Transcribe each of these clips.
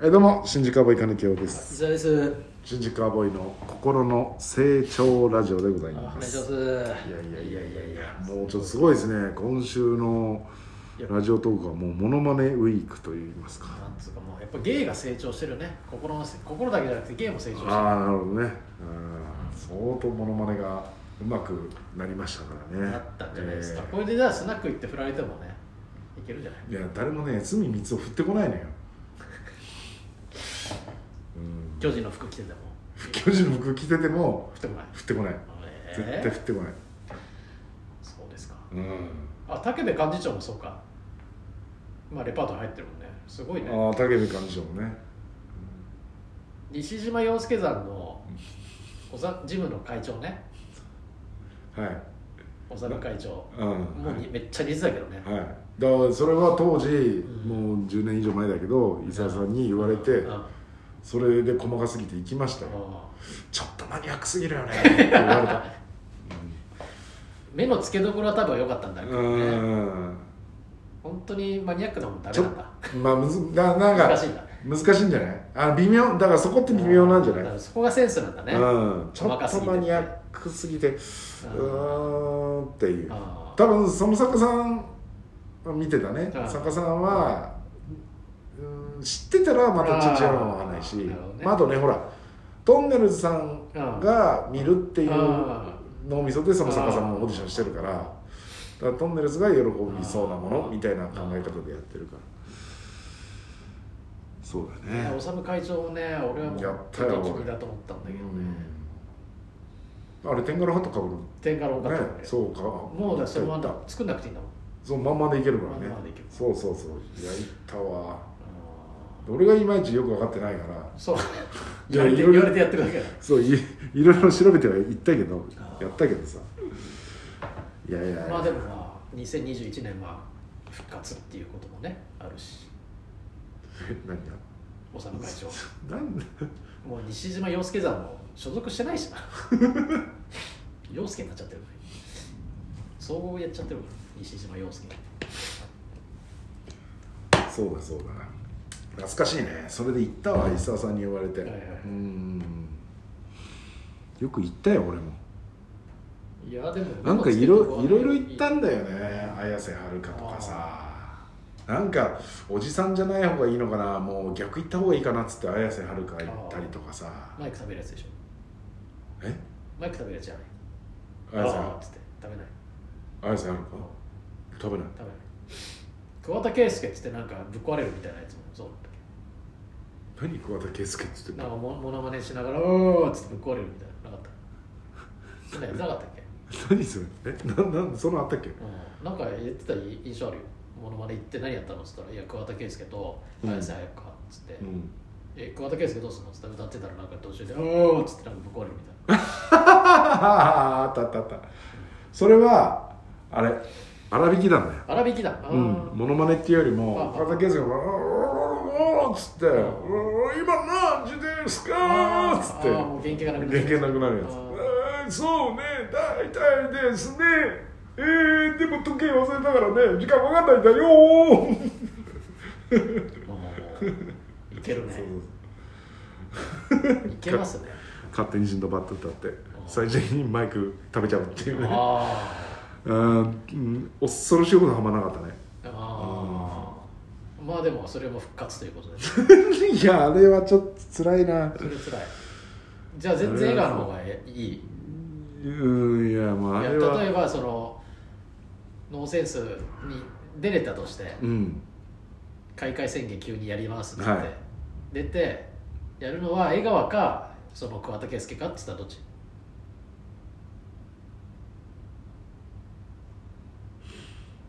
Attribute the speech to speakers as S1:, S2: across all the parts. S1: えどうも新宿アボイ金城です
S2: 石田です。
S1: 新宿アボイの心の成長ラジオでござい
S2: お願
S1: ま
S2: いし
S1: す
S2: ます。
S1: いやいやいやいやいやもうちょっとすごいですね今週のラジオトークはもうモノマネウィークといいますか
S2: なんつうかもうやっぱ芸が成長してるね。心の心だけじゃなくて芸も成長してる。
S1: ああなるほどねうん相当モノマネがうまくなりましたからね
S2: なったんじゃないです
S1: え
S2: か。
S1: ー
S2: これでじゃあスナック行って振られてもね、いけるじゃない。
S1: いや誰もね罪三つを振ってこないの ようん
S2: 巨人の服着てても
S1: 教授の服着てても
S2: 振ってこない。
S1: 振ってこない
S2: えー
S1: 絶対振ってこない、
S2: そうですか。
S1: うん
S2: あ、武部幹事長もそうか。まあレパートリー入ってるもんね。すごいね。
S1: ああ武部幹事長もね
S2: 西島洋介さんの小ざジムの会長ね。
S1: はい
S2: 小沢会長。も
S1: うん
S2: うにめっちゃ率だけどね。
S1: はい、だからそれは当時、
S2: ん
S1: もう10年以上前だけど伊沢さんに言われて、
S2: うんうん
S1: それで細かすぎて行きましたよ、
S2: あ
S1: ちょっとマニアックすぎるよねって言われた
S2: ー目の付けどころは多分良かったんだ
S1: う
S2: けどね。
S1: ん
S2: 本当にマニアックなもんダメ
S1: ちょ
S2: なんだ
S1: まあむずななん
S2: 難
S1: か
S2: しいんだ
S1: 難しいんじゃないあ微妙だからそこって微妙なんじゃない、
S2: だからそこがセンスなんだね、あ
S1: うん、ちょ
S2: 細か
S1: っ
S2: す
S1: と
S2: ぎて
S1: マニアックすぎてうーんっていう
S2: あ
S1: 多分その作家さんは見てたね
S2: うん
S1: 作家さんは、うん、知ってたらまた違うのもわかんないし
S2: あーなるほどね
S1: まあ、あとねほらトンネルズさん
S2: うん
S1: が見るっていう
S2: あ
S1: 脳みそでその作家さんもオーディションしてるからだからトンネルズが喜びそうなもの
S2: あー
S1: みたいな考え方でやってるからそうだね
S2: ね修会長もね俺はもう
S1: やったよ
S2: 敵だと思ったんだけどね、
S1: うんあれ天下のハットかぶる
S2: 天下の
S1: の
S2: か
S1: ね
S2: っ
S1: そうか
S2: もうだそのまんだ作んなくていいんだもん
S1: そのまんまでいけるからね
S2: まんまでいける
S1: そうそうそういやいったわ
S2: あ
S1: 俺がいまいちよく分かってないから
S2: ーそう
S1: いや
S2: 言われて
S1: いろいろ
S2: 言われてやってるだけだ
S1: そういいろいろ調べてはいったけど
S2: あー
S1: やったけどさいやいや
S2: まあでもまあ2021年まあ復活っていうこともねあるし
S1: 何や
S2: 修会長
S1: なん
S2: もう西島洋介さんも所属してないしな 洋介になっちゃってるから総合やっちゃってるから西島洋介
S1: そうだそうだな懐かしいねそれで行ったわ伊沢さんに言われて、
S2: はいはいう
S1: ーんよく行ったよ俺も
S2: いやでも
S1: なんかいろいろいろ
S2: 言
S1: 言ったんだよね綾瀬はるかとかさなんかおじさんじゃない方がいいのかなもう逆行った方がいいかなっつって綾瀬はるか行ったりとかさ
S2: マイク食べるやつでしょ
S1: え
S2: マイク食べるやつじゃない
S1: 綾瀬
S2: あー
S1: は
S2: っつって食べない
S1: 綾瀬はるか食べない
S2: 食べない桑田佳祐っつってなんかぶっ壊れるみたいなやつもそうなんだけ
S1: 何桑田佳祐っつって
S2: どなん
S1: ん
S2: か
S1: の
S2: モモノマネしながら「おー」っつってぶっ壊れるみたいななかったななかったっけ、
S1: 何それえななんそのあったっけ
S2: うん、なんか言ってた印象あるよモノマネ行って何やったのっつったら「いや桑田佳祐と綾瀬はるか」っつって、
S1: うん
S2: え桑田佳祐どうすんの?」っつって歌ってたらなんか途中で「おー」っつってなんかぶっ壊れるみたい な
S1: ああったあったあったそれはあれ粗引きなんだよ
S2: 粗引きだあー
S1: うんモノマネっていうよりも
S2: あ
S1: 桑田佳祐が「おーおーおーおーおー」っつって「今何時ですか?」
S2: あ
S1: っつ
S2: ー
S1: っ
S2: あ
S1: て
S2: ーもう原型がなくな
S1: 原型なくなるやつえーそうね大体ですねえー、でも時計忘れたからね時間わかんないんだ よー
S2: うんいけるねいけますね
S1: 勝手にシンドバッド歌って
S2: あー
S1: 最終的にマイク食べちゃうっていうね
S2: あ
S1: あーうん恐ろしいほどはまなかった ね
S2: ーあーまあでもそれも復活ということでそ
S1: いやあれはちょっと辛いな
S2: れつらいじゃあ全然映画の方がいい
S1: うんいやまあ
S2: い
S1: あ
S2: や
S1: れ
S2: 例え
S1: は
S2: ばそのノーセンスに出れたとして
S1: うん
S2: 開会宣言急にやりますって、
S1: はい
S2: 出てやるのは江川かその桑田佳祐かって言ったらどっち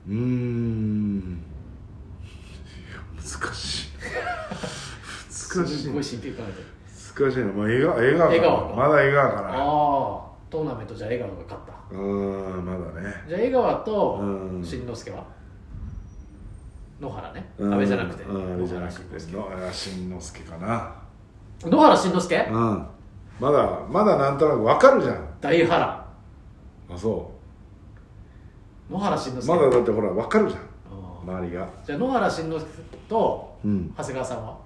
S1: うーんいや難しい難し
S2: す
S1: い
S2: ごい真剣に考えてる
S1: 難しいな、まあ、笑顔笑顔
S2: 笑
S1: か
S2: 顔
S1: なまだ笑顔かな
S2: ああトーナメントじゃあ江川が勝った
S1: うーんまだね
S2: じゃあ江川と
S1: うん
S2: 新之助は野原ね
S1: うん
S2: 阿部じゃなくて
S1: うん阿部じゃなく
S2: 野原
S1: て野原慎之介かな
S2: 野原新之助
S1: うんまだまだなんとなくわかるじゃん
S2: 大原
S1: あそ
S2: 野原新之
S1: う
S2: 助
S1: まだだってほらわかるじゃん
S2: うん
S1: 周りが
S2: じゃあ野原新之助と
S1: うん
S2: 長谷川さんは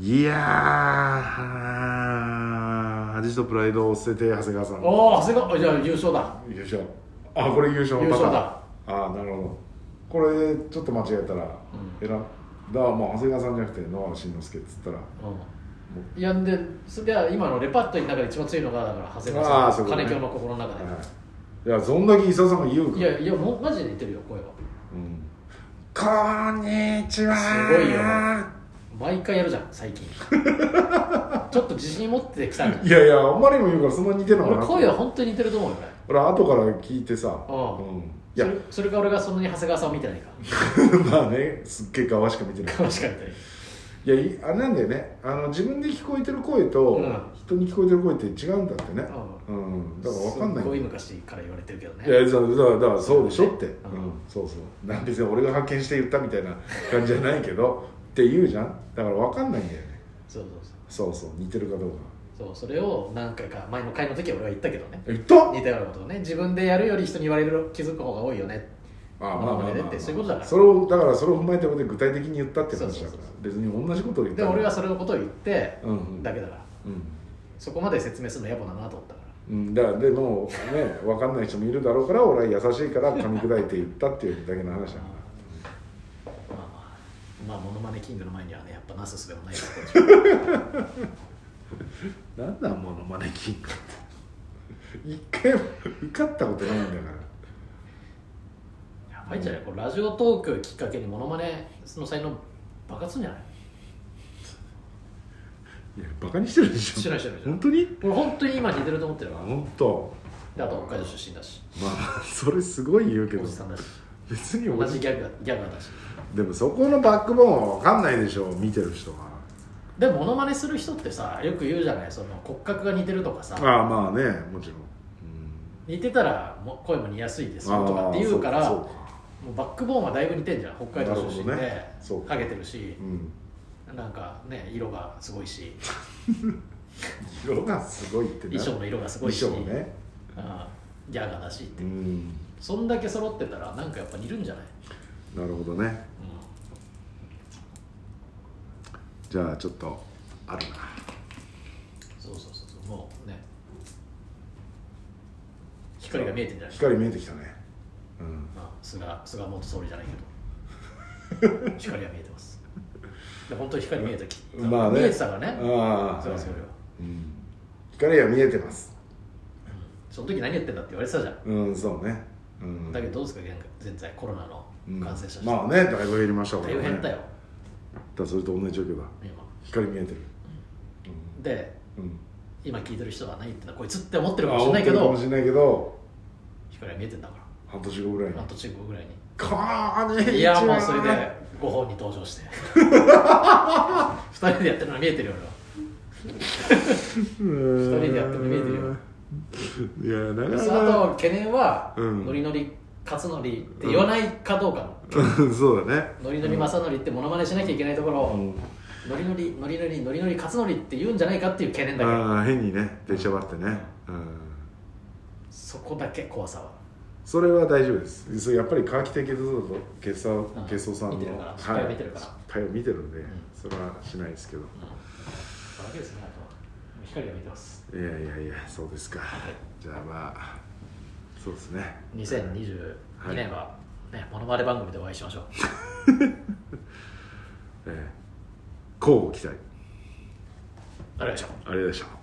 S1: いやーはー恥とプライドを捨てて長谷川さん
S2: おお長谷川あじゃあ優勝だ
S1: 優勝あこれ優勝
S2: 優
S1: パタ
S2: 勝
S1: ーン
S2: だ
S1: ああなるほどこれちょっと間違えたら、えらだからもう長谷川さんじゃなくて野川慎之介っつったらも
S2: うんいやでそりゃ今のレパートリーの中で一番強いのがだから長谷
S1: あ
S2: 川
S1: あ
S2: さ
S1: そ
S2: ん
S1: ういうこと
S2: 金
S1: ね
S2: 京の心の中
S1: う、
S2: で、
S1: はい、いやそんだけ伊沢さんが言うか
S2: い、
S1: ら
S2: やいやもうマジで言ってるよ声は
S1: うん、こんにちは
S2: すごいよ毎回やるじゃん最 近ちょっと自信持ってきたんじゃん
S1: いやいやあんまりにも言うからそんな似てるのか
S2: 俺
S1: な
S2: 声は本当に似てると思うよ俺
S1: 俺後から聞いてさ
S2: う
S1: うんんいや
S2: それそれか俺がそんなに長谷川さんを見てないか
S1: まあねすっげえ側しか見てない
S2: かもしれない
S1: いやいあれなんだよねあの自分で聞こえてる声と、
S2: うん
S1: 人に聞こえてる声って違うんだってねうん、だから分かんない
S2: すごい昔から言われてるけどね
S1: いやだからだからだからそうでしょって、
S2: う
S1: うんんそうそうなん別に俺が発見して言ったみたいな感じじゃないけどって言うじゃんだから分かんないんだよね
S2: そう
S1: そうそう似てるかどうか
S2: そうそうそうそれを何回か前の回の時は俺は言ったけどね
S1: え言った
S2: 似たようなことをね自分でやるより人に言われる気づく方が多いよね
S1: ああまあまあまあ、
S2: だってそういうことだから
S1: それをだからそれを踏まえた上で具体的に言ったって話
S2: そう
S1: だ
S2: そ
S1: か
S2: う
S1: ら
S2: そう
S1: 別に同じことを言っ
S2: で
S1: たら
S2: 俺はそれのことを言って
S1: うんうん
S2: だけだから
S1: う
S2: そこまで説明するの野暮だなと思ったか
S1: ん、うん、だからでもね分かんない人もいるだろうから俺は優しいから噛み砕いて言ったっていうだけの話だから
S2: らまあまあまあモノマネキングの前にはねやっぱなすすべもないですけど
S1: なんなんモノマネキングって一回も受かったことないんだから
S2: やばいんじゃないこれラジオトークきっかけにモノマネの才能爆発するんじゃない
S1: いやバカにしてるでしょ
S2: してないしてないしてない
S1: 本当に
S2: 俺本当に今似てると思ってるわ
S1: 本当
S2: であと北海道出身だし
S1: まあそれすごい言うけ
S2: お
S1: ど
S2: じさんだし
S1: 別に
S2: 同
S1: お
S2: じ
S1: じ
S2: ギャグだギャグだし
S1: でもそこのバックボーンは分かんないでしょ見てる人は
S2: でもモノマネする人ってさよく言うじゃないその骨格が似てるとかさ
S1: ああまあねもちろん、
S2: 似てたらも声も似やすいです
S1: うん、
S2: よとかって言うから
S1: そう
S2: もうバックボーンはだいぶ似てんじゃん北海道出身で、
S1: なるほどねそうか
S2: ハゲてるし
S1: うん
S2: なんかね色がすごいし
S1: 色がすごいって
S2: 衣装の色がすごいし、
S1: 衣装ね
S2: うんギャガーだしって、
S1: うん
S2: そんだけ揃ってたらなんかやっぱ似るんじゃない、
S1: なるほどね
S2: う、
S1: じゃあちょっとあるなん
S2: そうそうそうそうもうね光が見えてんじゃない
S1: 光見えてきたねうん
S2: まあ、菅菅元総理じゃないけ ど光は見えてますで本当に光見えてき
S1: まあね
S2: 見えてたからね
S1: ああ
S2: そうそれは、
S1: うん、光は見えてます
S2: その時何言ってんだって言われてたじゃん、
S1: うんそうね、うん、
S2: だけどどうですか現現在コロナの
S1: うん
S2: 感染者数、
S1: まあねだいぶ減りました
S2: 大変だ
S1: だ
S2: よ
S1: からそれと同じ状況だ
S2: 今
S1: 光見えてる
S2: で
S1: うん、うん
S2: 今聞いてる人は何言ってんだこいつって思ってるか
S1: あ
S2: もしれないけ
S1: 思
S2: ど
S1: ってるかもしれないけど
S2: 光は見えてんだから
S1: 半年後ぐらいに
S2: 半年後ぐらいに
S1: こーに
S2: いやもうそれでご本に登 場して二人でやってるの見えてるよ俺は
S1: 2
S2: 二人でやってるの見えてるよ
S1: よいやな
S2: そ
S1: か
S2: の
S1: な
S2: 後
S1: か
S2: の懸念は、
S1: うん
S2: ノリノリ勝則って言わないかどうかの、
S1: うん そうだね
S2: ノリノリ正則ってモノマネしなきゃいけないところを、
S1: うん
S2: ノリノリノリノリノリノリ勝則って言うんじゃないかっていう懸念だけど
S1: ああ変にね出しゃばってねうん
S2: そこだけ怖さは
S1: それは大丈夫ですそれやっぱり川北傑作と傑作
S2: うん
S1: 傑作さんの
S2: 見てるから失
S1: は
S2: 敗
S1: い
S2: を見てるから
S1: 失敗を見てるんで
S2: ん
S1: それはしないですけど
S2: うんそこだけですねあとは光が見てます
S1: いやいやいやそうですかじゃあまあそうですね
S2: 2022年はね、モノマネ番組でお会いしましょう
S1: ええ、こうご期待
S2: ありがとうございました
S1: あれでしょう